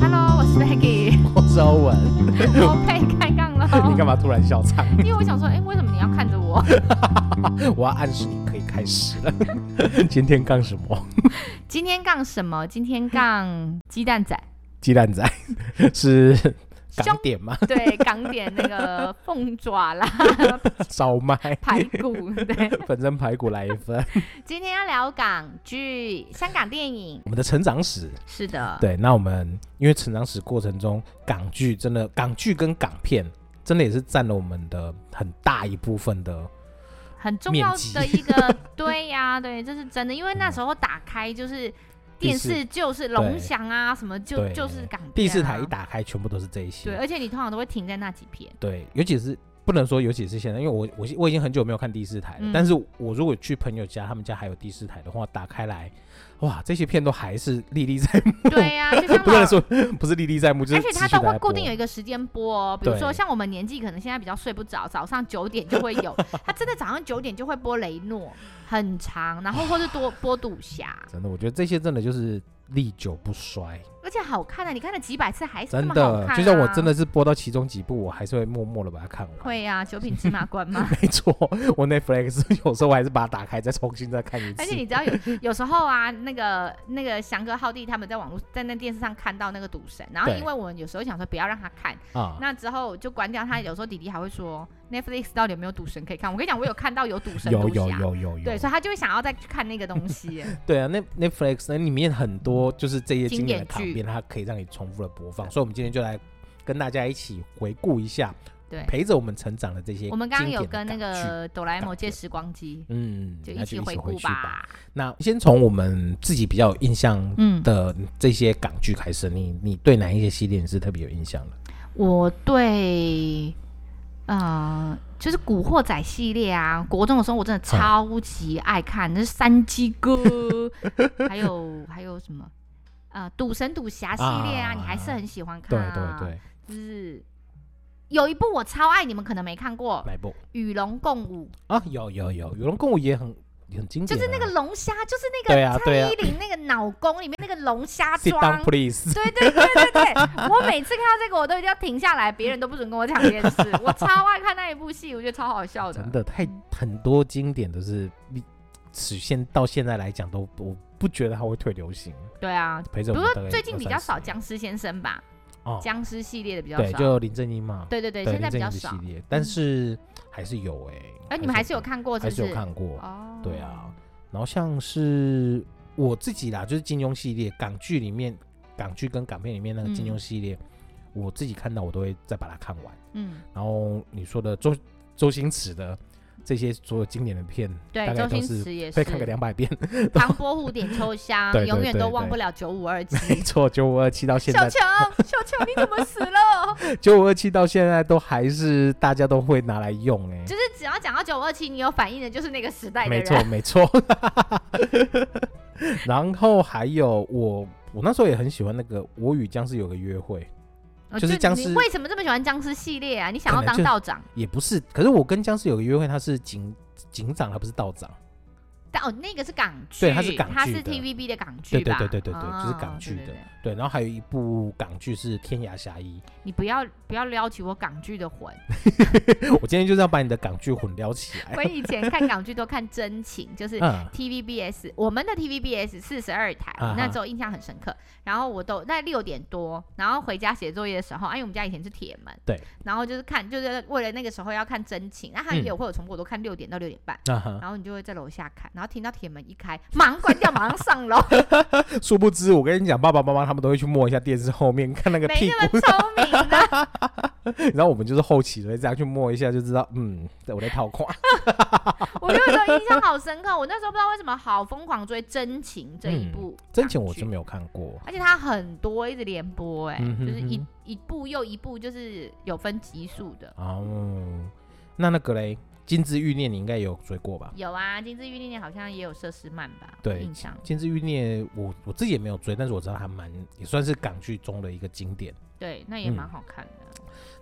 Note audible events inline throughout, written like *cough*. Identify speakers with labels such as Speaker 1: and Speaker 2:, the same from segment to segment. Speaker 1: Hello，我是
Speaker 2: *laughs*
Speaker 1: Peggy，
Speaker 2: 我哦是欧文，
Speaker 1: 我配开杠了。
Speaker 2: 你干嘛突然笑场？ *laughs*
Speaker 1: 因为我想说，哎、为什么你要看着我？
Speaker 2: 我要暗示你可以开始了。 *laughs* 今天干什么？
Speaker 1: 今天杠什么？今天杠鸡蛋仔，
Speaker 2: 鸡蛋仔 *laughs* 是港
Speaker 1: 香
Speaker 2: 点吗？
Speaker 1: 对，港点那个凤爪啦、
Speaker 2: 烧麦、
Speaker 1: 排
Speaker 2: *laughs*
Speaker 1: 骨，对。
Speaker 2: 粉蒸排骨来一 *laughs* 份。
Speaker 1: 今天要聊港剧、香港电影，
Speaker 2: 我们的成长史，
Speaker 1: 是的，
Speaker 2: 对，那我们因为成长史过程中，港剧真的，港剧跟港片真的也是占了我们的很大一部分的。
Speaker 1: 很重要
Speaker 2: 面积 *laughs*
Speaker 1: 的一个，对呀、对，这是真的，因为那时候打开就是电
Speaker 2: 第
Speaker 1: 视就是龙翔啊，什么就
Speaker 2: 对
Speaker 1: 就是港片啊
Speaker 2: 第四台一，打开，全部都是这一些
Speaker 1: 对，。而且你通常都会停在那几
Speaker 2: *laughs*
Speaker 1: 片，
Speaker 2: 对，尤其是不能说，尤其是现在，因为我我我已经很久没有看第四台了。
Speaker 1: 嗯
Speaker 2: 但是我如果去朋友家，他们家还有第四台的话，打开来，哇，这些片都还是历历在目。
Speaker 1: 对呀、就像
Speaker 2: *laughs* 不能
Speaker 1: 老
Speaker 2: 说不是历历在目，就是
Speaker 1: 而且
Speaker 2: 持
Speaker 1: 它
Speaker 2: 续地
Speaker 1: 都会
Speaker 2: 在
Speaker 1: 固
Speaker 2: 播
Speaker 1: 定有一个时间播哦，比如
Speaker 2: 对
Speaker 1: 说像我们年纪可能现在比较睡不着，早上九点就会有，它真的早上九点就会播雷诺，很长，然后或是多播赌侠，
Speaker 2: 真的，我觉得这些真的就是历久不衰，
Speaker 1: 而且好看的、啊你看了几百次还是那
Speaker 2: 真
Speaker 1: 么好
Speaker 2: 的。
Speaker 1: 看、啊，
Speaker 2: 就算我真的是播到其中几部，我还是会默默的把它看完。
Speaker 1: 会啊，九品芝麻官嘛。
Speaker 2: *laughs* 没错，我 Netflix 有时候我还是把它打开，再重新再看一次。
Speaker 1: 而且你知道有有时候啊，那个那个翔哥、浩弟他们在网络在那电视上看到那个赌神，然后
Speaker 2: 对
Speaker 1: 因为我们有时候想说不要让他看，
Speaker 2: 啊，
Speaker 1: 那之后就关掉他。有时候弟弟还会说 Netflix 到底有没有赌神可以看？我跟你讲，我有看到有赌神、
Speaker 2: 有
Speaker 1: 赌
Speaker 2: 有
Speaker 1: 侠，
Speaker 2: 有有有，
Speaker 1: 对，所以他就会想要再去看那个东
Speaker 2: *laughs*
Speaker 1: 西。
Speaker 2: 对啊，那 Netflix 那里面很多就是这些
Speaker 1: 嗯经
Speaker 2: 经典
Speaker 1: 典
Speaker 2: 的港
Speaker 1: 剧
Speaker 2: 片，它可以让你重复的播放，所以我们今天就来跟大家一起回顾一下
Speaker 1: 对，
Speaker 2: 陪着我们成长的这些。
Speaker 1: 我们刚刚有跟那，个哆啦 A
Speaker 2: 港
Speaker 1: 梦借
Speaker 2: 片
Speaker 1: 时光机，
Speaker 2: 嗯，
Speaker 1: 就
Speaker 2: 那
Speaker 1: 起回
Speaker 2: 回
Speaker 1: 顾
Speaker 2: 去吧。。那先从我们自己比较有印象
Speaker 1: 嗯，
Speaker 2: 的这些港剧开始，你你对哪一些系列你是特别有印象的？
Speaker 1: 我对，呃，就是《古惑仔》系列啊，国中的时候我真的超级爱看，那是三鸡
Speaker 2: *laughs*
Speaker 1: 哥，还有还有什么？呃，赌神赌侠系列啊，
Speaker 2: 啊
Speaker 1: 你还是很喜欢看、
Speaker 2: 对
Speaker 1: 啊。
Speaker 2: 对对，
Speaker 1: 对对，就是有一部我超爱，你们可能没看过《
Speaker 2: 哪一部
Speaker 1: 与龙共舞
Speaker 2: 啊？有有有，《与龙共舞》也很也很经》，
Speaker 1: 就
Speaker 2: 典啊，
Speaker 1: 是那个龙虾，就是那
Speaker 2: 对
Speaker 1: 个
Speaker 2: 啊对啊
Speaker 1: 蔡依林那个脑宫里面那个龙
Speaker 2: *laughs*
Speaker 1: 虾
Speaker 2: Sit
Speaker 1: 装
Speaker 2: down。please，
Speaker 1: 对对对对
Speaker 2: *laughs*
Speaker 1: 对，我每次看到这个，我都一定要停下来，别人都不准跟我讲这件事。我超爱看那一部戏，我觉得超好笑的。
Speaker 2: 真的太很多经典都是历史现到现在来讲都我不觉得它会退流行，
Speaker 1: 对啊，
Speaker 2: 陪着
Speaker 1: 不
Speaker 2: 我们大概
Speaker 1: 过
Speaker 2: 有
Speaker 1: 最近比较少
Speaker 2: 20年
Speaker 1: 僵尸先生吧，
Speaker 2: 哦，
Speaker 1: 僵尸系列的比较
Speaker 2: 对，
Speaker 1: 少。
Speaker 2: 就林正英嘛，
Speaker 1: 对对对，现在
Speaker 2: 林
Speaker 1: 比
Speaker 2: 正英
Speaker 1: 较
Speaker 2: 的
Speaker 1: 少嗯
Speaker 2: 系。列，但是还是有哎，
Speaker 1: 哎，你们还是有看过，是
Speaker 2: 还
Speaker 1: 不
Speaker 2: 是
Speaker 1: 是？
Speaker 2: 有看过，
Speaker 1: 哦。
Speaker 2: 对啊，然后像是我自己啦，就是金庸系列港剧里面，港剧跟港片里面那个金庸
Speaker 1: 嗯
Speaker 2: 系列，我自己看到我都会再把它看完。
Speaker 1: 嗯，
Speaker 2: 然后你说的周周星驰的这些所有经典的片，
Speaker 1: 对
Speaker 2: 大，概
Speaker 1: 周
Speaker 2: 都
Speaker 1: 星
Speaker 2: 是
Speaker 1: 驰也是
Speaker 2: 被。看个两百 *laughs* 遍，
Speaker 1: 唐伯虎点秋香
Speaker 2: 对，对
Speaker 1: 永远
Speaker 2: 对
Speaker 1: 都
Speaker 2: 对
Speaker 1: 忘不了九五二七。
Speaker 2: 没错，九五二七 *laughs* 到现
Speaker 1: 小
Speaker 2: 在，
Speaker 1: 乔，小乔，你怎么死了？
Speaker 2: 九五二七到现在都还是大家都会拿来用哎、
Speaker 1: 就是只要讲到九五二七，你有反应的，就是那个时代的
Speaker 2: 没错
Speaker 1: 人。啊
Speaker 2: 没错。 *laughs* 然后还有我，我那时候也很喜欢那个《我与僵尸有个约会》。
Speaker 1: 哦
Speaker 2: 就是
Speaker 1: 你
Speaker 2: 僵尸
Speaker 1: 为什么这么喜欢僵尸系列啊？你想要
Speaker 2: 可能
Speaker 1: 当
Speaker 2: 就
Speaker 1: 道长？
Speaker 2: 也不是，可是我跟僵尸有个约会，他是警警长，他不是道长。
Speaker 1: 但哦，那个是港剧，
Speaker 2: 对它是港剧的
Speaker 1: 它是 TVB 的港剧
Speaker 2: 对对
Speaker 1: 吧？
Speaker 2: 对对对对
Speaker 1: 哦
Speaker 2: 就是港剧的
Speaker 1: 对对对
Speaker 2: 对，然后还有一部港剧是《天涯侠医
Speaker 1: 你不要不要撩起我港剧的魂。》，
Speaker 2: 我今天就是要把你的港剧混聊起来。
Speaker 1: 我以前看港剧都看真情，就是
Speaker 2: 嗯，
Speaker 1: TVBS，我们的 TVBS 四十二台
Speaker 2: 啊哈，
Speaker 1: 那时候印象很深刻。然后我都在六点多，然后回家写作业的时候，啊因为我们家以前是铁门，
Speaker 2: 对，
Speaker 1: 然后就是看，就是为了那个时候要看真情，那
Speaker 2: 嗯
Speaker 1: 它也有会有重播，我都看六点到六点半。
Speaker 2: 啊哈，
Speaker 1: 然后你就会在楼下看，然后听到铁门一开，马上关掉，马上上楼，
Speaker 2: 殊不知我跟你讲，爸爸妈妈他们都会去摸一下电视后面 *laughs* 看那个
Speaker 1: 没
Speaker 2: 屁
Speaker 1: 那
Speaker 2: 股，
Speaker 1: 么聪明的。
Speaker 2: 然后我们就是后期都会这样去摸一下，就知道嗯，我在套话。
Speaker 1: *laughs* 我那时候印象好深刻，我那时候不知道为什么好疯狂追《真情》这一部、
Speaker 2: 嗯真情我是
Speaker 1: 么，
Speaker 2: 没有看过，
Speaker 1: 而且它很多一直连播、哎、
Speaker 2: 嗯哼
Speaker 1: 就是一
Speaker 2: 哼
Speaker 1: 一部又一部，就是有分集数的。
Speaker 2: 哦，那那个嘞，《金枝欲孽》你应该也有追过吧？
Speaker 1: 有啊，《金枝欲孽》好像也有佘诗曼吧？
Speaker 2: 对
Speaker 1: 印象
Speaker 2: 《金枝欲孽》我我自己也没有追，但是我知道它蛮也算是港剧中的一个经典。
Speaker 1: 对，那也
Speaker 2: 嗯
Speaker 1: 蛮好看的。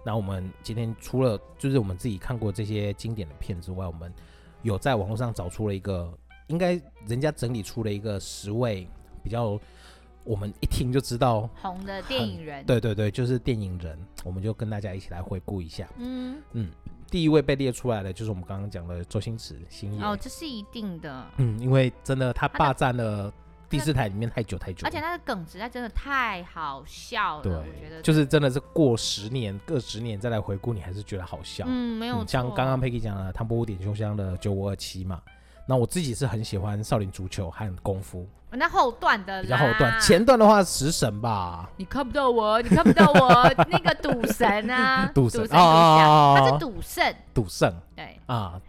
Speaker 2: 那我们今天除了就是我们自己看过这些经典的片之外，我们有在网络上找出了一个应该人家整理出了一个十位比较，我们一听就知道，
Speaker 1: 红的电影人，
Speaker 2: 对对对，就是电影人，我们就跟大家一起来回顾一下。
Speaker 1: 嗯，
Speaker 2: 第一位被列出来的就是我们刚刚讲的周星驰星爷，
Speaker 1: 哦，这是一定的，
Speaker 2: 嗯，因为真的他
Speaker 1: 他的
Speaker 2: 霸占了第四台里面太久太久了，
Speaker 1: 而且他的梗实在真的太好笑了，我觉
Speaker 2: 对，
Speaker 1: 得，
Speaker 2: 就是真的是过十年、各十年再来回顾，你还是觉得好笑。
Speaker 1: 嗯，没有
Speaker 2: 嗯像
Speaker 1: 错
Speaker 2: 刚刚 Peggy 讲的《唐伯虎点秋香》的九五二七嘛，那我自己是很喜欢《少林足球》和《功夫
Speaker 1: 那后段的》，
Speaker 2: 比较后段，
Speaker 1: 啦
Speaker 2: 前段的话《食神》
Speaker 1: *laughs*
Speaker 2: 吧，
Speaker 1: 你看不到我，你看不到
Speaker 2: *laughs*
Speaker 1: 我那个赌神啊，
Speaker 2: 赌
Speaker 1: 神
Speaker 2: 神
Speaker 1: 赌
Speaker 2: 啊啊啊啊啊
Speaker 1: 他是赌圣，
Speaker 2: 赌圣
Speaker 1: 对。
Speaker 2: 啊，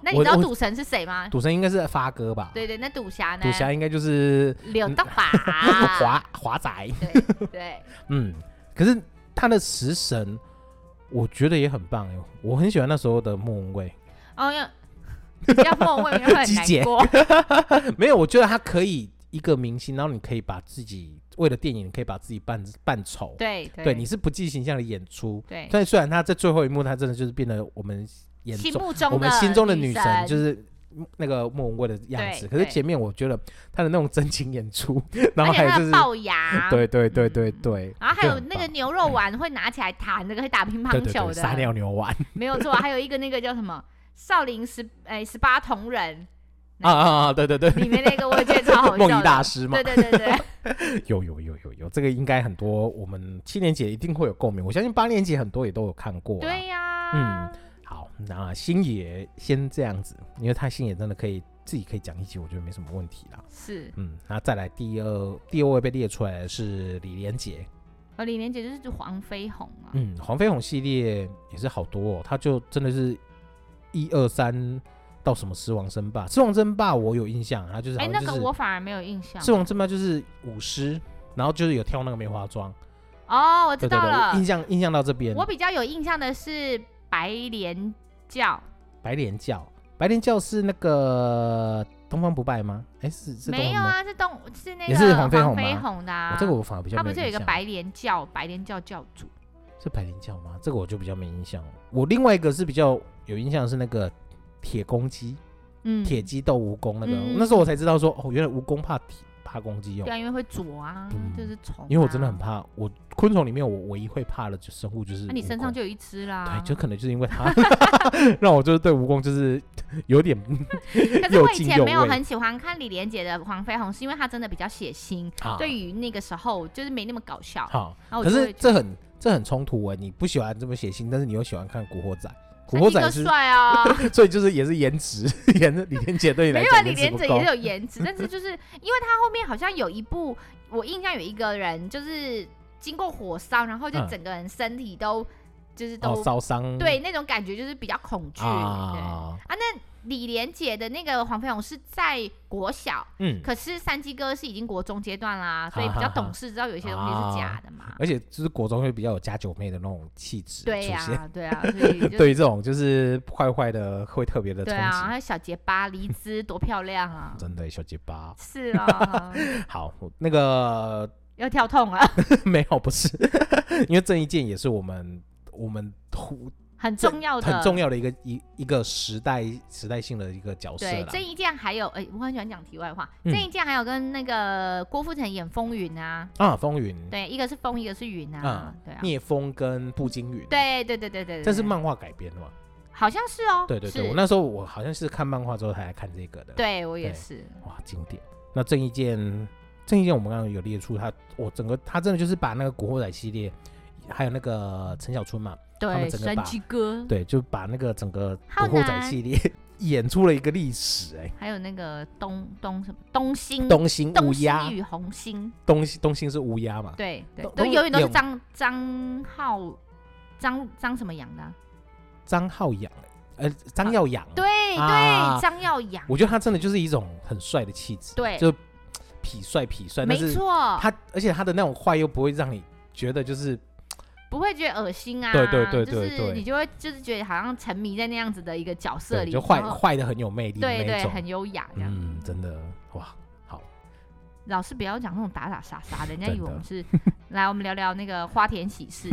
Speaker 1: 那你
Speaker 2: 我
Speaker 1: 知道
Speaker 2: 我
Speaker 1: 赌神是谁吗？
Speaker 2: 赌神应该是发哥吧？，
Speaker 1: 对对，那赌侠呢？
Speaker 2: 赌侠应该就是
Speaker 1: 柳道法
Speaker 2: *laughs* 华华仔，
Speaker 1: 对，
Speaker 2: 嗯，可是他的《食神》，我觉得也很棒哎，我很喜欢那时候的莫文蔚。
Speaker 1: 哦要你要破我也
Speaker 2: *laughs*
Speaker 1: 会很
Speaker 2: 集结
Speaker 1: 难过。
Speaker 2: *laughs* 没有，我觉得他可以一个明星，然后你可以把自己为了电影，你可以把自己扮扮丑，
Speaker 1: 对
Speaker 2: 对，你是不计形象的演出。
Speaker 1: 对
Speaker 2: 但虽然他在最后一幕，他真的就是变得我们眼
Speaker 1: 心
Speaker 2: 中
Speaker 1: 目中
Speaker 2: 我们心中的女
Speaker 1: 神
Speaker 2: 神，就是那个莫文蔚的样子。
Speaker 1: 对
Speaker 2: 可是
Speaker 1: 对
Speaker 2: 前面我觉得他的那种真情演出， *laughs* 然后
Speaker 1: 而且
Speaker 2: 还有
Speaker 1: 他
Speaker 2: 就
Speaker 1: 的
Speaker 2: 是
Speaker 1: 龅牙，
Speaker 2: *laughs* 对对对对对，
Speaker 1: 然后还
Speaker 2: 就
Speaker 1: 有
Speaker 2: 很
Speaker 1: 那个
Speaker 2: 棒
Speaker 1: 牛肉丸会拿起来弹的，可以打乒乓
Speaker 2: 对对
Speaker 1: 球
Speaker 2: 对撒
Speaker 1: 的，
Speaker 2: 尿牛丸 *laughs*
Speaker 1: 没有错。还有一个那个叫什么少林十哎十八铜人
Speaker 2: 啊啊啊！对对对，
Speaker 1: 里面那个，我也觉得超好
Speaker 2: 梦
Speaker 1: 哦笑
Speaker 2: 遗大
Speaker 1: 的。
Speaker 2: 师嘛
Speaker 1: 对，对对
Speaker 2: *laughs*
Speaker 1: 对，
Speaker 2: 有有有有有，这个应该很多我们七年级一定会有共鸣，我相信八年级很多也都有看过啦。
Speaker 1: 对呀，
Speaker 2: 嗯，好，那星爷先这样子，因为他星爷真的可以自己可以讲一集，我觉得没什么问题啦。
Speaker 1: 是。
Speaker 2: 嗯，那再来第二第二位被列出来的是李连杰，
Speaker 1: 而呃李连杰就是黄飞鸿啊，
Speaker 2: 嗯，黄飞鸿系列也是好多哦，他就真的是一二三到什么狮王争霸，狮王争霸我有印象，他就是
Speaker 1: 哎，
Speaker 2: 好像
Speaker 1: 那
Speaker 2: 就是、
Speaker 1: 个我反而没有印象
Speaker 2: 狮。王争霸就是舞狮，然后就是有跳那个梅花桩，
Speaker 1: 哦，我知
Speaker 2: 对对
Speaker 1: 道
Speaker 2: 对，
Speaker 1: 了
Speaker 2: 我印，象印象到这边，
Speaker 1: 我比较有印象的是白莲教，
Speaker 2: 白莲教，白莲教是那个东方不败吗？哎、是是东
Speaker 1: 没
Speaker 2: 方不
Speaker 1: 有
Speaker 2: 败
Speaker 1: 啊，是东是那个
Speaker 2: 也是黄飞鸿
Speaker 1: 鸿
Speaker 2: 吗
Speaker 1: 的啊
Speaker 2: 我。这个我反而比较
Speaker 1: 他
Speaker 2: 没
Speaker 1: 不是有一
Speaker 2: 印
Speaker 1: 个
Speaker 2: 象
Speaker 1: 白莲教，白莲教教主
Speaker 2: 是白莲教吗？这个我就比较没印象。我另外一个是比较有印象的是那个铁公鸡，
Speaker 1: 嗯，
Speaker 2: 铁鸡斗蜈蚣那个，
Speaker 1: 嗯
Speaker 2: 那时候我才知道说哦，原来蜈蚣怕铁怕公鸡哦
Speaker 1: 对。啊，因为会啄啊，
Speaker 2: 嗯
Speaker 1: 就是虫啊。
Speaker 2: 因为我真的很怕，我昆虫里面我唯一会怕的就生物就是蜈蚣、
Speaker 1: 那啊你身上就有一只啦
Speaker 2: 对，。就可能就是因为它 *laughs* 让我就是对蜈蚣就是
Speaker 1: *laughs*
Speaker 2: 有点
Speaker 1: 可是我
Speaker 2: 又
Speaker 1: 以
Speaker 2: 近
Speaker 1: 前
Speaker 2: 又
Speaker 1: 没有
Speaker 2: 味
Speaker 1: 很喜欢看李连杰的黄飞鸿，是因为他真的比较血腥，
Speaker 2: 啊
Speaker 1: 对于那个时候就是没那么搞笑。
Speaker 2: 好，
Speaker 1: 然后我
Speaker 2: 可
Speaker 1: 就是会觉
Speaker 2: 这很这很冲突哎、你不喜欢这么血腥，但是你又喜欢看《古惑仔》，《古
Speaker 1: 得
Speaker 2: 惑仔
Speaker 1: 一》个
Speaker 2: 是
Speaker 1: 帅啊，
Speaker 2: *laughs* 所以就是也是颜值， *laughs* 颜李连杰对你来
Speaker 1: 没有啊，
Speaker 2: 讲
Speaker 1: 李
Speaker 2: 颜值
Speaker 1: 连
Speaker 2: 不
Speaker 1: 杰
Speaker 2: 够
Speaker 1: 也是有颜
Speaker 2: *laughs*
Speaker 1: 值，但是就是因为他后面好像有一部，我印象有一个人就是经过火烧，然后就
Speaker 2: 嗯
Speaker 1: 整个人身体都、就是都、
Speaker 2: 哦，烧伤
Speaker 1: 对那种感觉就是比较恐惧。对
Speaker 2: 啊，
Speaker 1: 啊，那李连杰的那个黄飞鸿是在国小，
Speaker 2: 嗯，
Speaker 1: 可是三鸡哥是已经国中阶段啦，所以
Speaker 2: 哈
Speaker 1: 比较
Speaker 2: 哈哈
Speaker 1: 懂事，知道有一些东西是假的嘛。
Speaker 2: *laughs* 而且就是国中会比较有家九妹的那种气质出
Speaker 1: 对呀、
Speaker 2: 现，
Speaker 1: 对啊，所以就
Speaker 2: *laughs* 对于这种就是坏坏的会特别的
Speaker 1: 对
Speaker 2: 冲
Speaker 1: 啊，还
Speaker 2: 击，
Speaker 1: 有小结巴、黎姿多漂亮啊！
Speaker 2: *laughs* 真的小结巴。
Speaker 1: 是啊， *laughs*
Speaker 2: 好，那个 *laughs*
Speaker 1: 要跳痛了，
Speaker 2: 没有不是， *laughs* 因为郑伊健也是我们我们忽
Speaker 1: 很
Speaker 2: 这
Speaker 1: 重哦要的，
Speaker 2: 很重要的一个一一个时代时代性的一个角色
Speaker 1: 对，
Speaker 2: 啦
Speaker 1: 郑。伊健还有，哎、我很喜欢讲题外话。
Speaker 2: 嗯
Speaker 1: 郑伊健还有跟那个郭富城演《风云》啊，
Speaker 2: 啊，风云、
Speaker 1: 对，一个是风，一个是云啊
Speaker 2: 啊，
Speaker 1: 对啊，
Speaker 2: 聂风跟步惊云，，
Speaker 1: 对对对对对，
Speaker 2: 这是
Speaker 1: 对，
Speaker 2: 漫画改编的嘛？
Speaker 1: 好像是哦，
Speaker 2: 对对对，
Speaker 1: 是
Speaker 2: 我那时候我好像是看漫画之后才来看这个的。，
Speaker 1: 对我也
Speaker 2: 对
Speaker 1: 是，
Speaker 2: 哇，经典。那郑伊健，郑伊健我们刚刚有列出他，我整个他真的就是把那个《古惑仔》系列，还有那个陈小春嘛，他
Speaker 1: 对，
Speaker 2: 们整个
Speaker 1: 神
Speaker 2: 把
Speaker 1: 奇哥，
Speaker 2: 对，就把那个整个《
Speaker 1: 浩
Speaker 2: 古惑仔》
Speaker 1: 南
Speaker 2: 系列 *laughs* 演出了一个历史、哎，
Speaker 1: 还有那个东东什么东兴
Speaker 2: 东兴乌
Speaker 1: 嗯东
Speaker 2: 鸦
Speaker 1: 兴，与红星，
Speaker 2: 东兴东兴是乌鸦嘛？
Speaker 1: 对对，
Speaker 2: 东
Speaker 1: 都
Speaker 2: 东
Speaker 1: 永远都是
Speaker 2: 演
Speaker 1: 张张浩张张什么阳的啊、
Speaker 2: 张浩洋，呃，张耀扬、
Speaker 1: 啊对
Speaker 2: 啊
Speaker 1: 对，张耀扬，
Speaker 2: 我觉得他真的就是一种很帅的气质，
Speaker 1: 对
Speaker 2: 就痞帅痞帅，但
Speaker 1: 没
Speaker 2: 是
Speaker 1: 错，
Speaker 2: 他而且他的那种坏又不会让你觉得就是
Speaker 1: 不会觉得恶心啊，
Speaker 2: 对对对
Speaker 1: 就
Speaker 2: 对
Speaker 1: 是
Speaker 2: 对
Speaker 1: 你就会就是觉得好像沉迷在那样子的一个角色
Speaker 2: 对
Speaker 1: 里，
Speaker 2: 就坏
Speaker 1: 然后
Speaker 2: 坏的很有魅力的
Speaker 1: 对
Speaker 2: 那一
Speaker 1: 对，
Speaker 2: 种，
Speaker 1: 很优雅这样。
Speaker 2: 嗯，真的哇，好，
Speaker 1: 老师不要讲那种打打杀杀
Speaker 2: *laughs*
Speaker 1: 的，人家
Speaker 2: 真
Speaker 1: 以
Speaker 2: 的
Speaker 1: 为我们是 *laughs* 来，我们聊聊那
Speaker 2: *laughs*
Speaker 1: 个花田喜事。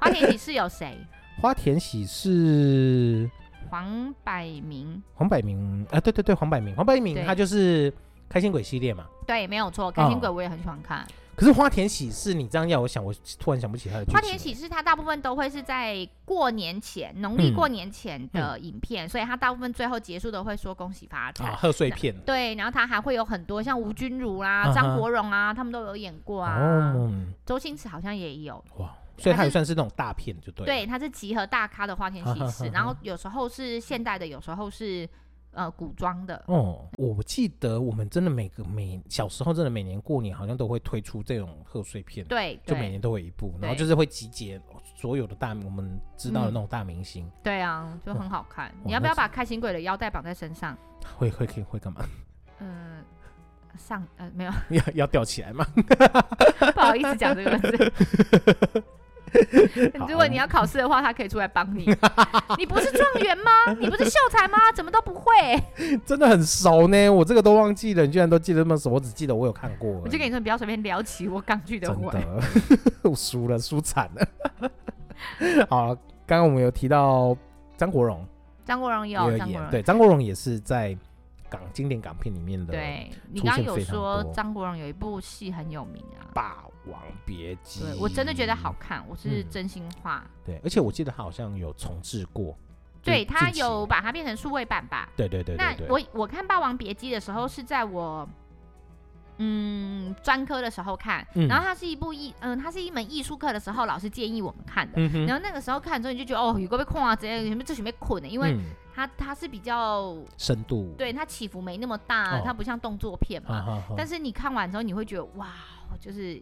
Speaker 1: 花田喜事有谁？
Speaker 2: 花田喜事，
Speaker 1: 黄百鸣，
Speaker 2: 黄百鸣啊，对对对，黄百鸣，黄百鸣
Speaker 1: 对
Speaker 2: 他就是开心鬼系列嘛。
Speaker 1: 对，没有错，开
Speaker 2: 哦
Speaker 1: 心鬼我也很喜欢看。
Speaker 2: 可是花田喜事，你这样要我想，我突然想不起他的剧情。
Speaker 1: 花田喜事它大部分都会是在过年前，农历
Speaker 2: 嗯
Speaker 1: 过年前的影片，所以它大部分最后结束都会说恭喜发财。
Speaker 2: 啊，贺岁片
Speaker 1: 对，然后它还会有很多像吴君如啦、
Speaker 2: 啊哈
Speaker 1: 张国荣啊，他们都有演过啊。
Speaker 2: 哦，嗯
Speaker 1: 周星驰好像也有，
Speaker 2: 哇，所以
Speaker 1: 它
Speaker 2: 他
Speaker 1: 是
Speaker 2: 也算是那种大片，就对。，
Speaker 1: 对，它是集合大咖的花田喜事，
Speaker 2: *laughs* 啊哈哈哈
Speaker 1: 然后有时候是现代的，有时候是呃古装的。
Speaker 2: 哦，我记得我们真的每个每小时候真的每年过年好像都会推出这种贺岁片，
Speaker 1: 对，
Speaker 2: 就每
Speaker 1: 对，
Speaker 2: 年都会一部，然后
Speaker 1: 对嗯
Speaker 2: 就是会集结哦所有的大我们知道的那种大明星，
Speaker 1: 对啊，就很好看。你
Speaker 2: 嗯哇
Speaker 1: 要不
Speaker 2: 那
Speaker 1: 要把开心鬼的腰带绑在身上？
Speaker 2: 会会可以会干嘛？ *laughs*
Speaker 1: 嗯、上呃没有， *laughs*
Speaker 2: 要要吊起来吗？ *laughs*
Speaker 1: 不好意思讲这个字。如果你要考试的话，他可以出来帮你。
Speaker 2: *laughs*
Speaker 1: 你不是状元吗？你不是秀才吗？怎么都不会？
Speaker 2: 真的很熟呢，我这个都忘记了，你居然都记得那么熟，我只记得我有看过而已。
Speaker 1: 我就跟你说，你不要随便聊起我港剧的
Speaker 2: 真
Speaker 1: 话。
Speaker 2: 的， *laughs* 我输了，输惨了。 *laughs* 好，刚刚我们有提到张国荣
Speaker 1: 张国荣
Speaker 2: 也
Speaker 1: 有，哦
Speaker 2: 有
Speaker 1: 张国荣
Speaker 2: 演，对，张国荣也是在港经典港片里面的
Speaker 1: 对你
Speaker 2: 出
Speaker 1: 刚刚
Speaker 2: 现
Speaker 1: 有
Speaker 2: 非常
Speaker 1: 说
Speaker 2: 多
Speaker 1: 张国荣有一部戏很有名啊，
Speaker 2: 《霸王别姬》。
Speaker 1: 对我真的觉得好。看，我是
Speaker 2: 嗯
Speaker 1: 真心话。
Speaker 2: 对，而且我记得他好像有重置过，
Speaker 1: 对
Speaker 2: 就是
Speaker 1: 他
Speaker 2: 近期
Speaker 1: 有，把它变成数位版吧？
Speaker 2: 对对对对
Speaker 1: 那
Speaker 2: 对，
Speaker 1: 我我看《霸王别姬》的时候是在我嗯专科的时候看，
Speaker 2: 嗯
Speaker 1: 然后它是一部艺嗯、它是一门艺术课的时候老师建议我们看的。
Speaker 2: 嗯哼，
Speaker 1: 然后那个时候看之后，你就觉得哦，有个被困啊，直接你们这前面困的，因为
Speaker 2: 嗯
Speaker 1: 它它是比较
Speaker 2: 深度，
Speaker 1: 对它起伏没那么大，
Speaker 2: 哦
Speaker 1: 它不像动作片
Speaker 2: 啊，
Speaker 1: 嘛。
Speaker 2: 哈哈
Speaker 1: 但是你看完之后，你会觉得哇，就是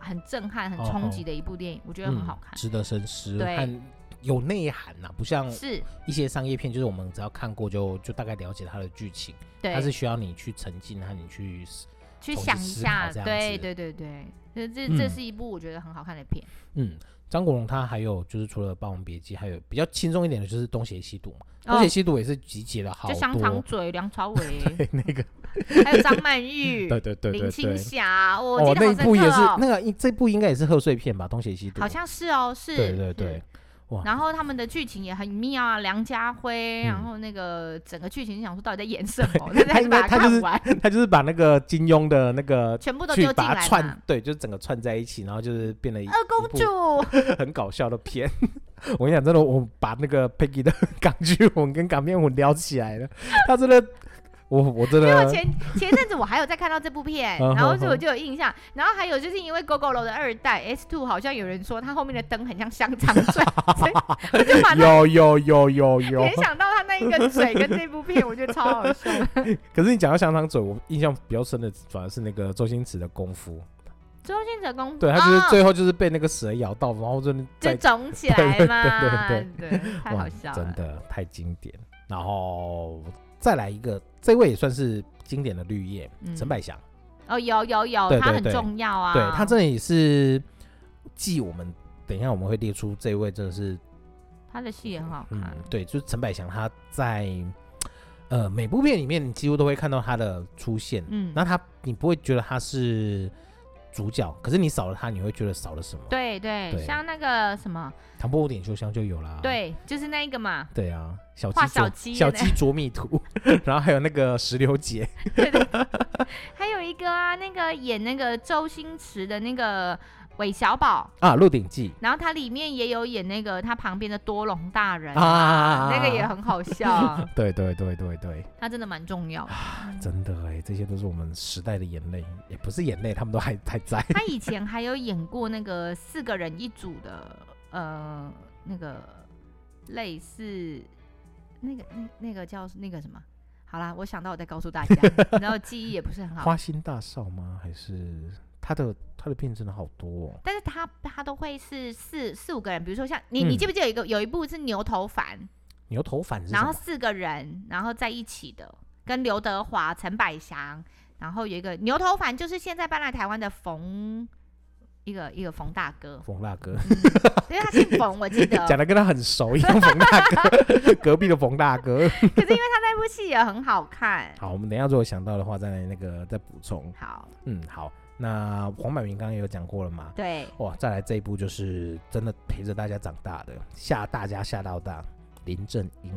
Speaker 1: 很震撼、很冲击的一部电影，我觉得很好看
Speaker 2: 哦嗯。值得深思，
Speaker 1: 对
Speaker 2: 和有内涵呐、不像
Speaker 1: 是，
Speaker 2: 一些商业片，就是我们只要看过就就大概了解它的剧情，它是
Speaker 1: 对，
Speaker 2: 需要你去沉浸和你去思，
Speaker 1: 去
Speaker 2: 重新
Speaker 1: 想一
Speaker 2: 思
Speaker 1: 下，
Speaker 2: 考这样
Speaker 1: 对
Speaker 2: 子
Speaker 1: 对对对，这这这
Speaker 2: 嗯
Speaker 1: 是一部我觉得很好看的片。
Speaker 2: 嗯，张国荣他还有就是除了《霸王别姬》，还有比较轻松一点的就是《东邪西毒》嘛，
Speaker 1: 哦
Speaker 2: 东邪西毒》也是集结了好
Speaker 1: 就
Speaker 2: 多
Speaker 1: 香肠嘴、梁朝
Speaker 2: *laughs*
Speaker 1: 伟，
Speaker 2: 那个，
Speaker 1: *laughs* 还有张曼玉、
Speaker 2: *laughs* 对对对对
Speaker 1: 林青
Speaker 2: 对，
Speaker 1: 霞，我记
Speaker 2: 哦，
Speaker 1: 得
Speaker 2: 那
Speaker 1: 好
Speaker 2: 一
Speaker 1: 深刻
Speaker 2: 部也是
Speaker 1: 哦
Speaker 2: 那个一这部应该也是贺岁片吧，《东邪西毒》
Speaker 1: 好像是哦，是，
Speaker 2: 对对
Speaker 1: 是
Speaker 2: 对。，哇，
Speaker 1: 然后他们的剧情也很妙啊，梁家辉，
Speaker 2: 嗯
Speaker 1: 然后那个整个剧情想说到底在演什么，但是
Speaker 2: *laughs* 他
Speaker 1: 还是
Speaker 2: 应
Speaker 1: 把它
Speaker 2: 该他就
Speaker 1: 看
Speaker 2: 是
Speaker 1: 完，
Speaker 2: 他就是把那个金庸的那个
Speaker 1: 全部都
Speaker 2: 去
Speaker 1: 丢进
Speaker 2: 把它
Speaker 1: 来嘛
Speaker 2: 串。，对，就是整个串在一起，然后就是变了一
Speaker 1: 二公
Speaker 2: *laughs*
Speaker 1: 主，
Speaker 2: 很搞笑的片。 *laughs* 我跟你讲，真的，我把那个 Peggy 的 *laughs* 港剧魂跟港片魂聊起来了，他真的，我我真
Speaker 1: 因为我
Speaker 2: 的，
Speaker 1: 前前阵子我还有在看到这部片，
Speaker 2: 呃 *laughs* 嗯
Speaker 1: 然后
Speaker 2: 嗯
Speaker 1: 所以我
Speaker 2: 嗯
Speaker 1: 就有印象。然后还有就是因为 GoGo 楼的二代 S Two，好像有人说它后面的灯很像香肠
Speaker 2: *laughs*
Speaker 1: 嘴，所以我就把它
Speaker 2: 有有有有有
Speaker 1: 联。想到它那一个嘴跟这部片，我觉得超好笑。
Speaker 2: 可是你讲到香肠嘴，我印象比较深的反而是那个周星驰的功夫，
Speaker 1: 周星驰的功夫，
Speaker 2: 对他就是
Speaker 1: 哦
Speaker 2: 最后就是被那个蛇咬到，然后就
Speaker 1: 就
Speaker 2: 在
Speaker 1: 肿起来嘛，
Speaker 2: 对
Speaker 1: 太好
Speaker 2: 哇
Speaker 1: 笑了，
Speaker 2: 真的太经典。然后再来一个，这位也算是经典的绿叶，
Speaker 1: 嗯
Speaker 2: 陈百祥。
Speaker 1: 哦，有有有，
Speaker 2: 对
Speaker 1: 他
Speaker 2: 对
Speaker 1: 很
Speaker 2: 对
Speaker 1: 重要啊，
Speaker 2: 对他真的也是继我们等一下我们会列出这位真的是，
Speaker 1: 他的戏也很好
Speaker 2: 嗯
Speaker 1: 看，，
Speaker 2: 对，就是陈百祥他在呃每部片里面你几乎都会看到他的出现，
Speaker 1: 嗯，
Speaker 2: 那他你不会觉得他是主角，可是你少了他你会觉得少了什么？
Speaker 1: 对对，
Speaker 2: 对啊
Speaker 1: 像那个什么，
Speaker 2: 唐伯虎点秋香就有啦，
Speaker 1: 对，就是那一个嘛，
Speaker 2: 对啊，小鸡
Speaker 1: 画小
Speaker 2: 啄
Speaker 1: 鸡
Speaker 2: 小
Speaker 1: 的
Speaker 2: 鸡啄蜜图， *laughs* 然后还有那个石榴姐，
Speaker 1: 对对，还有一个啊，那个演那个周星驰的那个韦小宝，
Speaker 2: 啊，《鹿鼎记
Speaker 1: *laughs* 然后他里面也有演那个他旁边的多隆大》人，
Speaker 2: 啊，
Speaker 1: 那个也很好笑
Speaker 2: *laughs*
Speaker 1: 啊，
Speaker 2: 对对对对对，
Speaker 1: 他真的蛮重
Speaker 2: *laughs*
Speaker 1: 要的。
Speaker 2: 真的哎，这些都是我们时代的眼泪，也不是眼泪，他们都还还在。
Speaker 1: 他以前还有演过那个四个人一组的，呃，那个类似那个那那个叫那个什么？好啦，我想到我再告诉
Speaker 2: *laughs*
Speaker 1: 大家，然后记忆也不是很好，
Speaker 2: 花心大少吗？还是他的他的片真的好多、哦？
Speaker 1: 但是他他都会是四四五个人，比如说像你你
Speaker 2: 嗯
Speaker 1: 记不记得有一个有一部是牛头凡，
Speaker 2: 牛头反是什
Speaker 1: 然后
Speaker 2: 么？
Speaker 1: 四个人然后在一起的，跟刘德华、陈百祥，然后有一个牛头凡就是现在搬来台湾的冯一个一个冯大哥，
Speaker 2: *laughs* 冯大哥，
Speaker 1: 因为他姓冯，我记得
Speaker 2: *laughs* 讲的跟他很熟一样。冯大哥， *laughs* 隔壁的冯大哥。
Speaker 1: 可
Speaker 2: *laughs*
Speaker 1: 是因为他那部戏也很好看。
Speaker 2: 好，我们等一下如果想到的话，再来那个再补充。
Speaker 1: 好，
Speaker 2: 嗯，好。那黄百鸣刚刚也有讲过了嘛？
Speaker 1: 对，
Speaker 2: 哇，再来这一部就是真的陪着大家长大的，吓大家吓到大。林正英，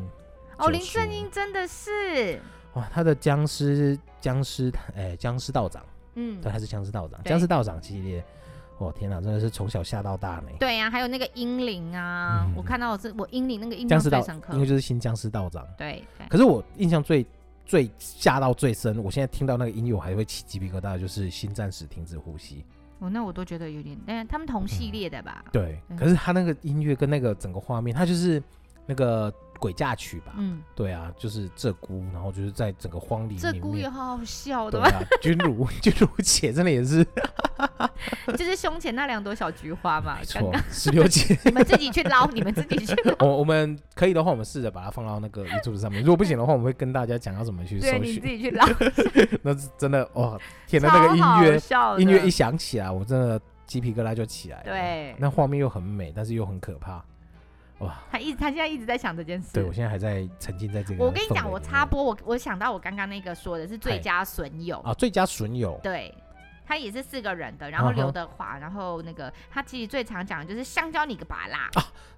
Speaker 1: 哦，
Speaker 2: 救
Speaker 1: 林正
Speaker 2: 赎
Speaker 1: 英真的是，
Speaker 2: 哇，他的僵尸僵尸哎、僵尸道长，
Speaker 1: 嗯，
Speaker 2: 对，他是僵尸道长，
Speaker 1: 对
Speaker 2: 僵尸道长系列，哦天哪，真的是从小吓到大呢。
Speaker 1: 对呀、还有那个英灵啊，
Speaker 2: 嗯
Speaker 1: 我看到的是我英灵那个印
Speaker 2: 僵
Speaker 1: 象
Speaker 2: 尸
Speaker 1: 最
Speaker 2: 道
Speaker 1: 深刻
Speaker 2: 因，为就是新僵尸道长，
Speaker 1: 对对，
Speaker 2: 可是我印象最最吓到最深，我现在听到那个音乐我还会起鸡皮疙瘩，就是《新战士停止呼吸
Speaker 1: 我哦那我都觉得有点，但他们同系列的吧》，，
Speaker 2: 对，
Speaker 1: 嗯
Speaker 2: 可是他那个音乐跟那个整个画面，它就是那个鬼嫁曲吧？
Speaker 1: 嗯，
Speaker 2: 对啊，就是鹧鸪，然后就是在整个荒林
Speaker 1: 这
Speaker 2: 里
Speaker 1: 姑也
Speaker 2: 面。
Speaker 1: 好好笑
Speaker 2: 对
Speaker 1: 的吧，
Speaker 2: 啊，君如 *laughs* 君如姐真的也是
Speaker 1: *laughs* 就是胸前那两朵小菊花嘛
Speaker 2: 没，
Speaker 1: 刚
Speaker 2: 错
Speaker 1: 刚，
Speaker 2: 石榴姐。
Speaker 1: 你们自己去捞，你们自己
Speaker 2: *laughs*
Speaker 1: 去捞。
Speaker 2: 我我们可以的话，我们试着把它放到那个 YouTube 上面。如果不行的话，我们会跟大家讲要怎么去
Speaker 1: 对，
Speaker 2: 搜
Speaker 1: 你自
Speaker 2: 寻。
Speaker 1: 己去捞，
Speaker 2: 那是真的哦，天哪，
Speaker 1: 超
Speaker 2: 那个音乐
Speaker 1: 好笑的
Speaker 2: 音乐一响起来，我真的鸡皮疙瘩就起来了。，
Speaker 1: 对，
Speaker 2: 那画面又很美，但是又很可怕。哇，
Speaker 1: 他一直他现在一直在想这件事。
Speaker 2: 对我现在还在沉浸在这个氛围里面。
Speaker 1: 我跟你讲，我插播，我我想到我刚刚那个说的是最
Speaker 2: 嗨
Speaker 1: 佳损友，
Speaker 2: 啊，最佳损友
Speaker 1: 对。他也是四个人的，然后
Speaker 2: 嗯哼
Speaker 1: 刘德华然后那个他其实最常讲的就是香蕉你个巴拉，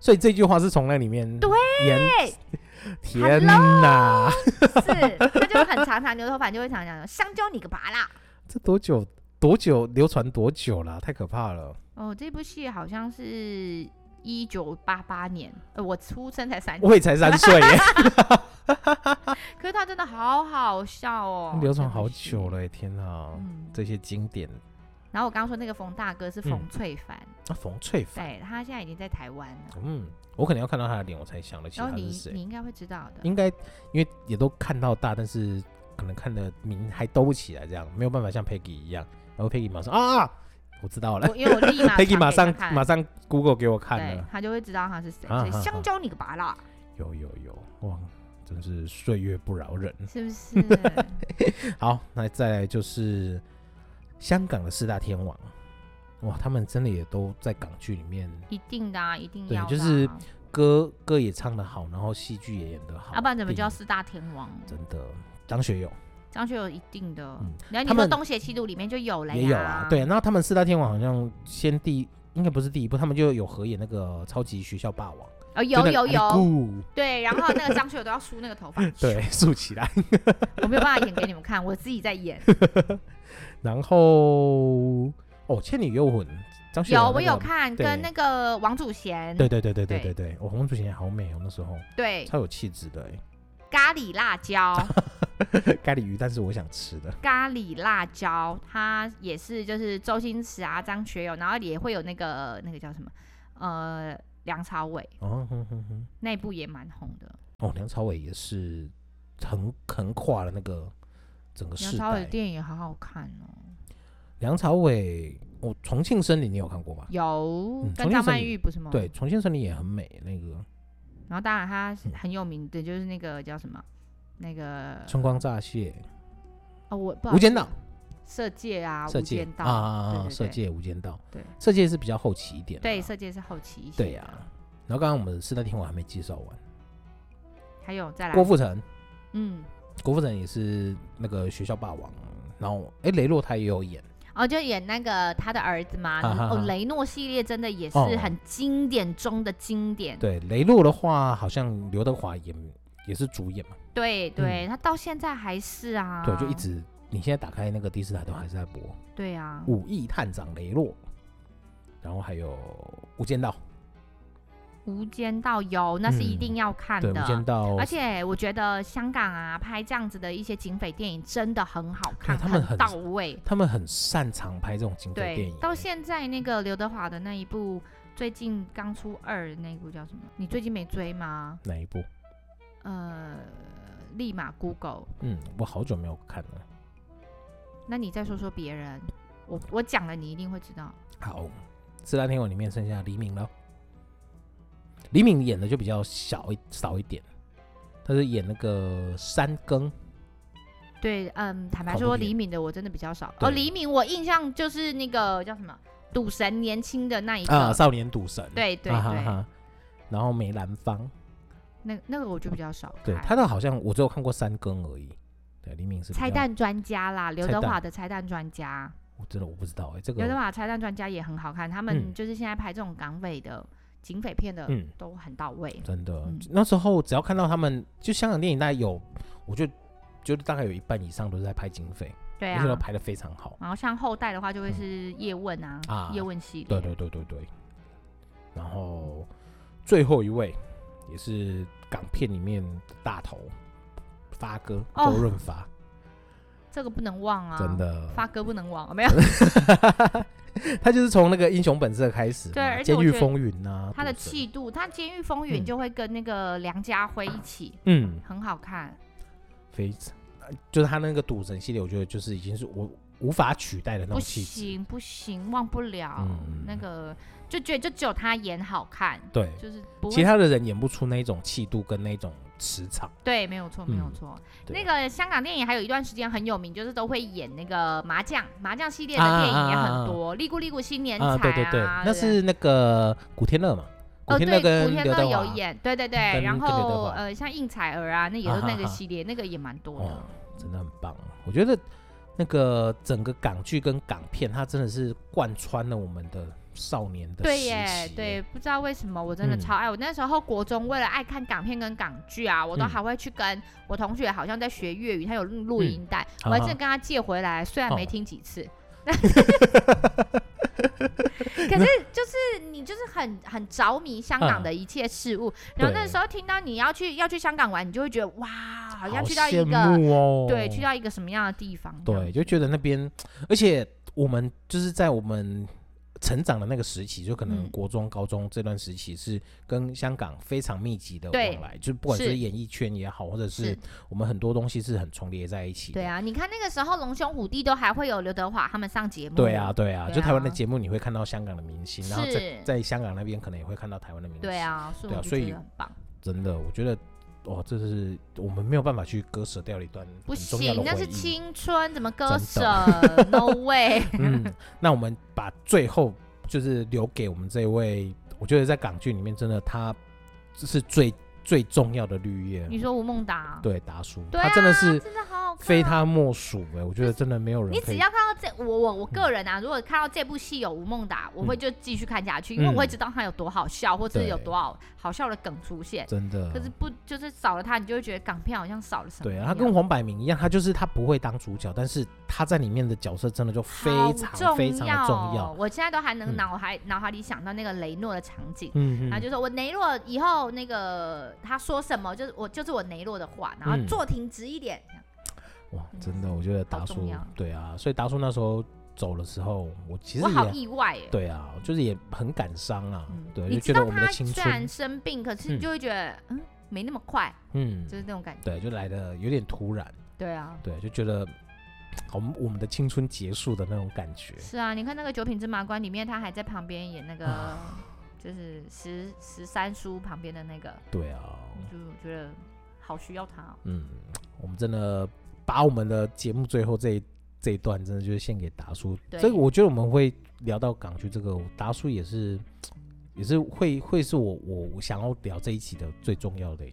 Speaker 2: 所以这句话是从那里面
Speaker 1: 对
Speaker 2: 演。 *laughs* 天哪，
Speaker 1: 是他就很常常牛头牌就会常讲香蕉你个巴拉。
Speaker 2: 这多久多久流传多久了？太可
Speaker 1: *laughs*
Speaker 2: 怕了！
Speaker 1: 哦，这部戏好像是一九八八年，呃，我出生才三年，
Speaker 2: 我也才三岁耶，
Speaker 1: 可是他真的好好笑 *laughs* 哦，
Speaker 2: 流传
Speaker 1: 这部
Speaker 2: 好
Speaker 1: 戏
Speaker 2: 久了耶，天哪！
Speaker 1: 嗯，
Speaker 2: 这些经典啊
Speaker 1: 然后我刚刚说那个冯大哥是冯
Speaker 2: 嗯
Speaker 1: 翠凡，
Speaker 2: 啊，冯翠凡，
Speaker 1: 对他现在已经在台湾了，
Speaker 2: 嗯，我可能要看到他的脸，我才想得起
Speaker 1: 然
Speaker 2: 他
Speaker 1: 后你
Speaker 2: 是谁
Speaker 1: 你。应该会知道的。
Speaker 2: 应该因为也都看到大，但是可能看的名还兜不起来，这样没有办法像 Peggy 一样。然后 Peggy 马上啊，我知道了 *laughs*
Speaker 1: 我因为我立马
Speaker 2: ，Peggy
Speaker 1: 传
Speaker 2: 马
Speaker 1: 给他
Speaker 2: 上
Speaker 1: 看
Speaker 2: 马上 Google 给我看
Speaker 1: 对
Speaker 2: 了，，
Speaker 1: 他就会知道他是谁。
Speaker 2: 啊
Speaker 1: 所以
Speaker 2: 啊
Speaker 1: 香
Speaker 2: 啊
Speaker 1: 蕉你个拔啦，
Speaker 2: 有有有，哇，真是岁月不饶人。
Speaker 1: 是不是？
Speaker 2: *laughs* 好，那再来就是香港的四大天王，哇，他们真的也都在港剧里面
Speaker 1: 一定的啊，一定
Speaker 2: 对
Speaker 1: 要的啊。
Speaker 2: 就是歌歌也唱得好，然后戏剧也演得好，
Speaker 1: 要不然怎么叫
Speaker 2: 电
Speaker 1: 四大天王？
Speaker 2: 影真的张学友。
Speaker 1: 张学友一定的
Speaker 2: 嗯。
Speaker 1: 然后你说《
Speaker 2: 他们
Speaker 1: 东邪西毒》里面就有了呀，
Speaker 2: 也有啊，对。然后他们四大天王好像先第应该不是第一部，他们就有合演那个超级学校霸王，
Speaker 1: 哦，有
Speaker 2: 就那
Speaker 1: 有
Speaker 2: 个
Speaker 1: 有，
Speaker 2: 阿姑
Speaker 1: 对。然后那个张学友都要梳那个头发，
Speaker 2: *laughs* 对，竖起来。
Speaker 1: 我没有办法演给你们看，我自己在
Speaker 2: *laughs*
Speaker 1: 演。
Speaker 2: 然后哦，《倩女幽魂》张学友、
Speaker 1: 有，
Speaker 2: 啊那个
Speaker 1: 我有，看，
Speaker 2: 对
Speaker 1: 跟那个王祖贤，
Speaker 2: 对对对对对
Speaker 1: 对
Speaker 2: 对对，我红祖贤好美哦，那时候
Speaker 1: 对，
Speaker 2: 超有气质的欸，
Speaker 1: 咖喱辣椒， *laughs*
Speaker 2: 咖喱鱼，但是我想吃的，
Speaker 1: 咖喱辣椒，它也是就是周星驰啊、张学友，然后也会有那个那个叫什么，呃，梁朝伟
Speaker 2: 哦，哼哼哼，
Speaker 1: 那一部也蛮红的。
Speaker 2: 哦，梁朝伟也是横横跨了那个整个
Speaker 1: 梁
Speaker 2: 世
Speaker 1: 朝伟
Speaker 2: 代
Speaker 1: 的，电影也好好看哦，
Speaker 2: 嗯梁朝伟，我、重庆森林你有看过吧？
Speaker 1: 有、
Speaker 2: 嗯
Speaker 1: 跟
Speaker 2: 重庆
Speaker 1: 张
Speaker 2: 森
Speaker 1: 曼
Speaker 2: 林
Speaker 1: 玉不是吗？
Speaker 2: 对，。重庆森林也很美，那个
Speaker 1: 然后当然他是很有名的就是那个叫什么，那个
Speaker 2: 春光乍泄，
Speaker 1: 哦，我不
Speaker 2: 无间道，
Speaker 1: 色戒啊，
Speaker 2: 色
Speaker 1: 无
Speaker 2: 戒
Speaker 1: 间
Speaker 2: 啊
Speaker 1: 道
Speaker 2: 啊啊
Speaker 1: 对
Speaker 2: 啊，
Speaker 1: 对
Speaker 2: 色
Speaker 1: 对
Speaker 2: 戒无间道，
Speaker 1: 对
Speaker 2: 色戒是比较后期一点的
Speaker 1: 对，
Speaker 2: 啦，
Speaker 1: 色戒是后期一些
Speaker 2: 啊对啊
Speaker 1: 的
Speaker 2: 呀。然后刚刚我们四大天王还没介绍完，
Speaker 1: 还有再来
Speaker 2: 郭，富城，
Speaker 1: 嗯，
Speaker 2: 郭富城也是那个学校霸王，然后哎雷洛他也有演，
Speaker 1: 哦，就演那个他的儿子嘛。
Speaker 2: 哈哈哈
Speaker 1: 哦，雷诺系列真的也是
Speaker 2: 哦
Speaker 1: 很经典中的经典。
Speaker 2: 对雷洛的话好像刘德华演也是主演嘛，
Speaker 1: 对对，他到现在还是啊。
Speaker 2: 嗯对，就一。直你现在打开那个第四台都还是在播《
Speaker 1: 对啊，
Speaker 2: 武义探长雷洛》，然后还有《无间道
Speaker 1: 无间道有，那是一
Speaker 2: 嗯
Speaker 1: 定要看》，
Speaker 2: 对
Speaker 1: 的。
Speaker 2: 《无间道》
Speaker 1: 而且我觉得香港啊，拍这样子的一些警匪电影真的很好看，
Speaker 2: 对他们
Speaker 1: 很
Speaker 2: 很
Speaker 1: 到位。
Speaker 2: 他们很擅长拍这种警匪电
Speaker 1: 对
Speaker 2: 影，，
Speaker 1: 到现在那个刘德华的那一部，最近刚出二的那一部叫什么？你最近没追吗？
Speaker 2: 哪一部？
Speaker 1: 呃，立马 Google。
Speaker 2: 嗯，我好久没有看了。
Speaker 1: 那你再说说别人，我我讲了，你一定会知道。
Speaker 2: 好，四大天王里面剩下黎明了。黎明演的就比较小一少一点，他是演那个三更，
Speaker 1: 对，嗯，坦白
Speaker 2: 恐怖
Speaker 1: 说，
Speaker 2: 片
Speaker 1: 李敏的我真的比较少。
Speaker 2: 对
Speaker 1: 哦，李敏我印象就是那个叫什么赌神年轻的那一个，
Speaker 2: 啊、少年赌神，
Speaker 1: 对对对，
Speaker 2: 啊哈哈。然后梅兰芳，
Speaker 1: 那那个我就比较少看。
Speaker 2: 对他的好像我只有看过三更而已。对，黎明是比
Speaker 1: 拆
Speaker 2: 较，
Speaker 1: 弹专家啦，刘
Speaker 2: 拆
Speaker 1: 德
Speaker 2: 弹
Speaker 1: 华的拆弹专家，
Speaker 2: 我真的我不知道哎、这
Speaker 1: 刘德
Speaker 2: 个
Speaker 1: 华拆弹专家也很好看。他们
Speaker 2: 嗯
Speaker 1: 就是现在拍这种港匪的警匪片的
Speaker 2: 嗯，
Speaker 1: 都很到位。
Speaker 2: 真的
Speaker 1: 嗯，
Speaker 2: 那时候只要看到他们，就香港电影大概有，我就觉得大概有一半以上都是在拍警匪，
Speaker 1: 对
Speaker 2: 而且都
Speaker 1: 啊，
Speaker 2: 拍的非常好。
Speaker 1: 然后像后代的话，就会是叶问啊，
Speaker 2: 啊
Speaker 1: 叶问系列。
Speaker 2: 对对对对对。然后最后一位也是港片里面的大头发哥
Speaker 1: 哦
Speaker 2: 周润发，
Speaker 1: 这个不能忘啊，
Speaker 2: 真，的，
Speaker 1: 发哥不能忘，啊，没有
Speaker 2: *laughs* 他就是从那个英雄本色开始嘛，
Speaker 1: 对而且
Speaker 2: 监
Speaker 1: 我
Speaker 2: 狱
Speaker 1: 觉得
Speaker 2: 风云呐、
Speaker 1: 他的
Speaker 2: 赌神，
Speaker 1: 气度，他《监狱风云》
Speaker 2: 啊嗯
Speaker 1: 就会跟那个梁家辉一起，
Speaker 2: 嗯，
Speaker 1: 很好看。
Speaker 2: 非常，就是他那个赌神系列，我觉得就是已经是我无法取代的
Speaker 1: 不
Speaker 2: 那种气质，
Speaker 1: 行不行，忘不了、
Speaker 2: 嗯
Speaker 1: 那个，就觉得就只有他演好看，
Speaker 2: 对，
Speaker 1: 就是不
Speaker 2: 其
Speaker 1: 会
Speaker 2: 他的人演不出那种气度跟那种磁场，
Speaker 1: 对，没有错，没有
Speaker 2: 嗯
Speaker 1: 错。
Speaker 2: 对
Speaker 1: 那个香港电影还有一段时间很有名，就是都会演那个麻将，麻将系列
Speaker 2: 啊
Speaker 1: 的
Speaker 2: 啊
Speaker 1: 电影也
Speaker 2: 啊啊
Speaker 1: 很多，利咕利咕新年彩
Speaker 2: 啊，对对对，那
Speaker 1: 不
Speaker 2: 是那个古天乐嘛，古
Speaker 1: 哦，
Speaker 2: 天乐
Speaker 1: 对，
Speaker 2: 跟
Speaker 1: 古天
Speaker 2: 刘
Speaker 1: 乐
Speaker 2: 德
Speaker 1: 有
Speaker 2: 华，
Speaker 1: 演，对对对，
Speaker 2: 跟
Speaker 1: 然
Speaker 2: 跟刘德
Speaker 1: 后
Speaker 2: 华
Speaker 1: 呃，像应采儿啊，那也是
Speaker 2: 啊哈
Speaker 1: 那个
Speaker 2: 哈
Speaker 1: 系列，那个也蛮多的。
Speaker 2: 哦真的很棒。我觉得那个整个港剧跟港片，它真的是贯穿了我们的少年的
Speaker 1: 对
Speaker 2: 时
Speaker 1: 耶，
Speaker 2: 期
Speaker 1: 对，不知道为什么我真的
Speaker 2: 嗯
Speaker 1: 超爱。我那时候国中为了爱看港片跟港剧啊，我都
Speaker 2: 嗯
Speaker 1: 还会去跟我同学，好像在学粤语，他有录录
Speaker 2: 嗯
Speaker 1: 音带，我
Speaker 2: 啊
Speaker 1: 还
Speaker 2: 哈
Speaker 1: 真的跟他借回来，虽然没
Speaker 2: 哦
Speaker 1: 听几
Speaker 2: *laughs*
Speaker 1: 次。可是就是你就是很很着迷香港
Speaker 2: 嗯
Speaker 1: 的一切事物，然后那
Speaker 2: 对
Speaker 1: 时候听到你要去要去香港玩，你就会觉得哇，好
Speaker 2: 好
Speaker 1: 像去到一
Speaker 2: 羡
Speaker 1: 个
Speaker 2: 慕哦，
Speaker 1: 对去到一个什么样的地方这样
Speaker 2: 对，
Speaker 1: 子？
Speaker 2: 就觉得那边，而且我们就是在我们成长的那个时期，就可能
Speaker 1: 嗯
Speaker 2: 国中、高中这段时期是跟香港非常密集的
Speaker 1: 对
Speaker 2: 往来，就不管
Speaker 1: 是
Speaker 2: 是演艺圈也好，或者是
Speaker 1: 是
Speaker 2: 我们很多东西是很重叠在一起的。
Speaker 1: 对啊，你看那个时候龙兄虎弟都还会有刘德华他们上节目，
Speaker 2: 对啊，，对啊，
Speaker 1: 对
Speaker 2: 就台湾
Speaker 1: 啊
Speaker 2: 的节目你会看到香港的明星，然后在
Speaker 1: 是。
Speaker 2: 在香港那边可能也会看到台湾的明星。
Speaker 1: 对，啊，所以
Speaker 2: 对
Speaker 1: 我
Speaker 2: 啊
Speaker 1: 就
Speaker 2: 所
Speaker 1: 觉
Speaker 2: 以
Speaker 1: 得很棒。
Speaker 2: 真的，我觉得哦，这是我们没有办法去割舍掉的一段
Speaker 1: 不
Speaker 2: 很重要
Speaker 1: 行，
Speaker 2: 的
Speaker 1: 那
Speaker 2: 回
Speaker 1: 是
Speaker 2: 忆。
Speaker 1: 青春，怎么割舍
Speaker 2: 真
Speaker 1: *laughs* ？No way！ *laughs*
Speaker 2: 嗯，那我们把最后就是留给我们这位，我觉得在港剧里面真的他是最最重要的绿叶，
Speaker 1: 你说吴孟达，
Speaker 2: 对达叔，
Speaker 1: 对啊，
Speaker 2: 他真的是
Speaker 1: 真的好好看，啊
Speaker 2: 非。他莫属哎、我觉得真的没有人
Speaker 1: 你
Speaker 2: 可
Speaker 1: 只
Speaker 2: 以。
Speaker 1: 要看到这，我我我个人啊，如果看到这部戏有吴孟达，
Speaker 2: 嗯
Speaker 1: 我会就继续看下去，因为我会知道他有多好笑，或者有多好好笑的梗出现。
Speaker 2: 真的
Speaker 1: 可，是不就是少了他，你就会觉得港片好像少了什么一
Speaker 2: 对
Speaker 1: 样。
Speaker 2: 啊，他跟黄百鸣一样，他就是他不会当主角，但是他在里面的角色真的就非
Speaker 1: 好
Speaker 2: 常非常的重
Speaker 1: 要
Speaker 2: 要
Speaker 1: 哦。。我现在都还能
Speaker 2: 嗯
Speaker 1: 脑海脑海里想到那个雷诺的场景。
Speaker 2: 嗯
Speaker 1: 然后
Speaker 2: 嗯，
Speaker 1: 就说我雷洛以后那个他说什么，就是我就是我雷洛的话，然后
Speaker 2: 嗯
Speaker 1: 坐挺直一点。这样
Speaker 2: 哇，真的，我觉得达
Speaker 1: 嗯好重
Speaker 2: 叔
Speaker 1: 要
Speaker 2: 对啊，所以达叔那时候走的时候，我其实
Speaker 1: 我好
Speaker 2: 也
Speaker 1: 意外耶。
Speaker 2: 对啊，就是也很感伤啊
Speaker 1: 嗯，，
Speaker 2: 对，
Speaker 1: 你
Speaker 2: 就
Speaker 1: 知
Speaker 2: 觉
Speaker 1: 道
Speaker 2: 得我们
Speaker 1: 他
Speaker 2: 的青
Speaker 1: 虽
Speaker 2: 春
Speaker 1: 然生病，可是你
Speaker 2: 嗯
Speaker 1: 就会觉得嗯没那么快，
Speaker 2: 嗯
Speaker 1: 就，是那种感觉。
Speaker 2: 对，就来的有点突然，
Speaker 1: 对啊，
Speaker 2: 对，就觉得我们我们的青春结束的那种感觉，
Speaker 1: 是啊，你看那个《九品芝麻官》里面，他还在旁边演那个
Speaker 2: 啊
Speaker 1: 就是十十三叔旁边的那个，
Speaker 2: 对啊，
Speaker 1: 我就觉得好需要他哦。
Speaker 2: 嗯，我们真的把我们的节目最后这一这一段，真的就是献给达叔，
Speaker 1: 对
Speaker 2: 这个我觉得我们会聊到港剧这个，达叔也是也是会会是我我我想要聊这一期的最重要的一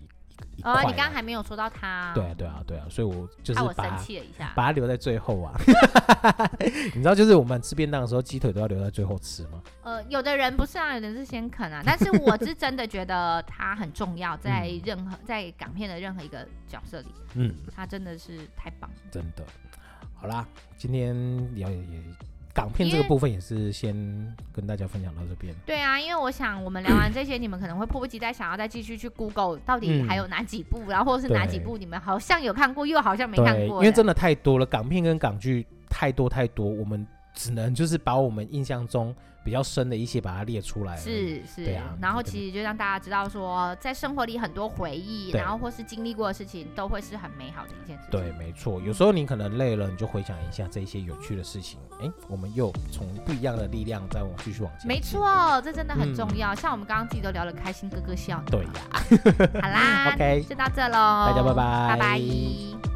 Speaker 2: 一一块
Speaker 1: 哦，
Speaker 2: 啊，
Speaker 1: 你刚刚还没有说到他，
Speaker 2: 对啊对啊对啊，所以我就是
Speaker 1: 害我
Speaker 2: 把
Speaker 1: 生气了一下。
Speaker 2: 把它留在最后啊。 *laughs* 你知道，就是我们吃便当的时候，鸡腿都要留在最后吃吗？
Speaker 1: 呃，有的人不是啊，有的人是先啃 *laughs* 啊，但是我是真的觉得他很重要，在
Speaker 2: 嗯
Speaker 1: 任何在港片的任何一个角色里，
Speaker 2: 嗯，
Speaker 1: 他真的是太棒了。
Speaker 2: 真的。好啦，今天聊也也港片
Speaker 1: 因
Speaker 2: 这个
Speaker 1: 为
Speaker 2: 部分也是先跟大家分享到这边。
Speaker 1: 对啊，因为我想我们聊完这些，你们可能会迫不及待想要再继续去 Google 到底还有哪几部，然后或是哪几部你们好像有看过又好像没看
Speaker 2: 对，因
Speaker 1: 过的，
Speaker 2: 为真的太多了，港片跟港剧太多太多，我们只能就是把我们印象中比较深的一些把它列出来而已。
Speaker 1: 是是、
Speaker 2: 对啊
Speaker 1: 然后
Speaker 2: 这个
Speaker 1: 其实就让大家知道说，在生活里很多回忆，
Speaker 2: 对
Speaker 1: 然后或是经历过的事情，都会是很美好的一件事情。
Speaker 2: 对，没错。有时候你可能累了，你就回想一下这一些有趣的事情，哎，我们又从不一样的力量再往继续往前。
Speaker 1: 没。错，这真的很重要。像我们刚刚自己都聊得开心，咯咯笑。
Speaker 2: 嗯对呀、
Speaker 1: 好啦
Speaker 2: *laughs* OK
Speaker 1: 就到这喽，
Speaker 2: 大家拜拜
Speaker 1: 拜拜。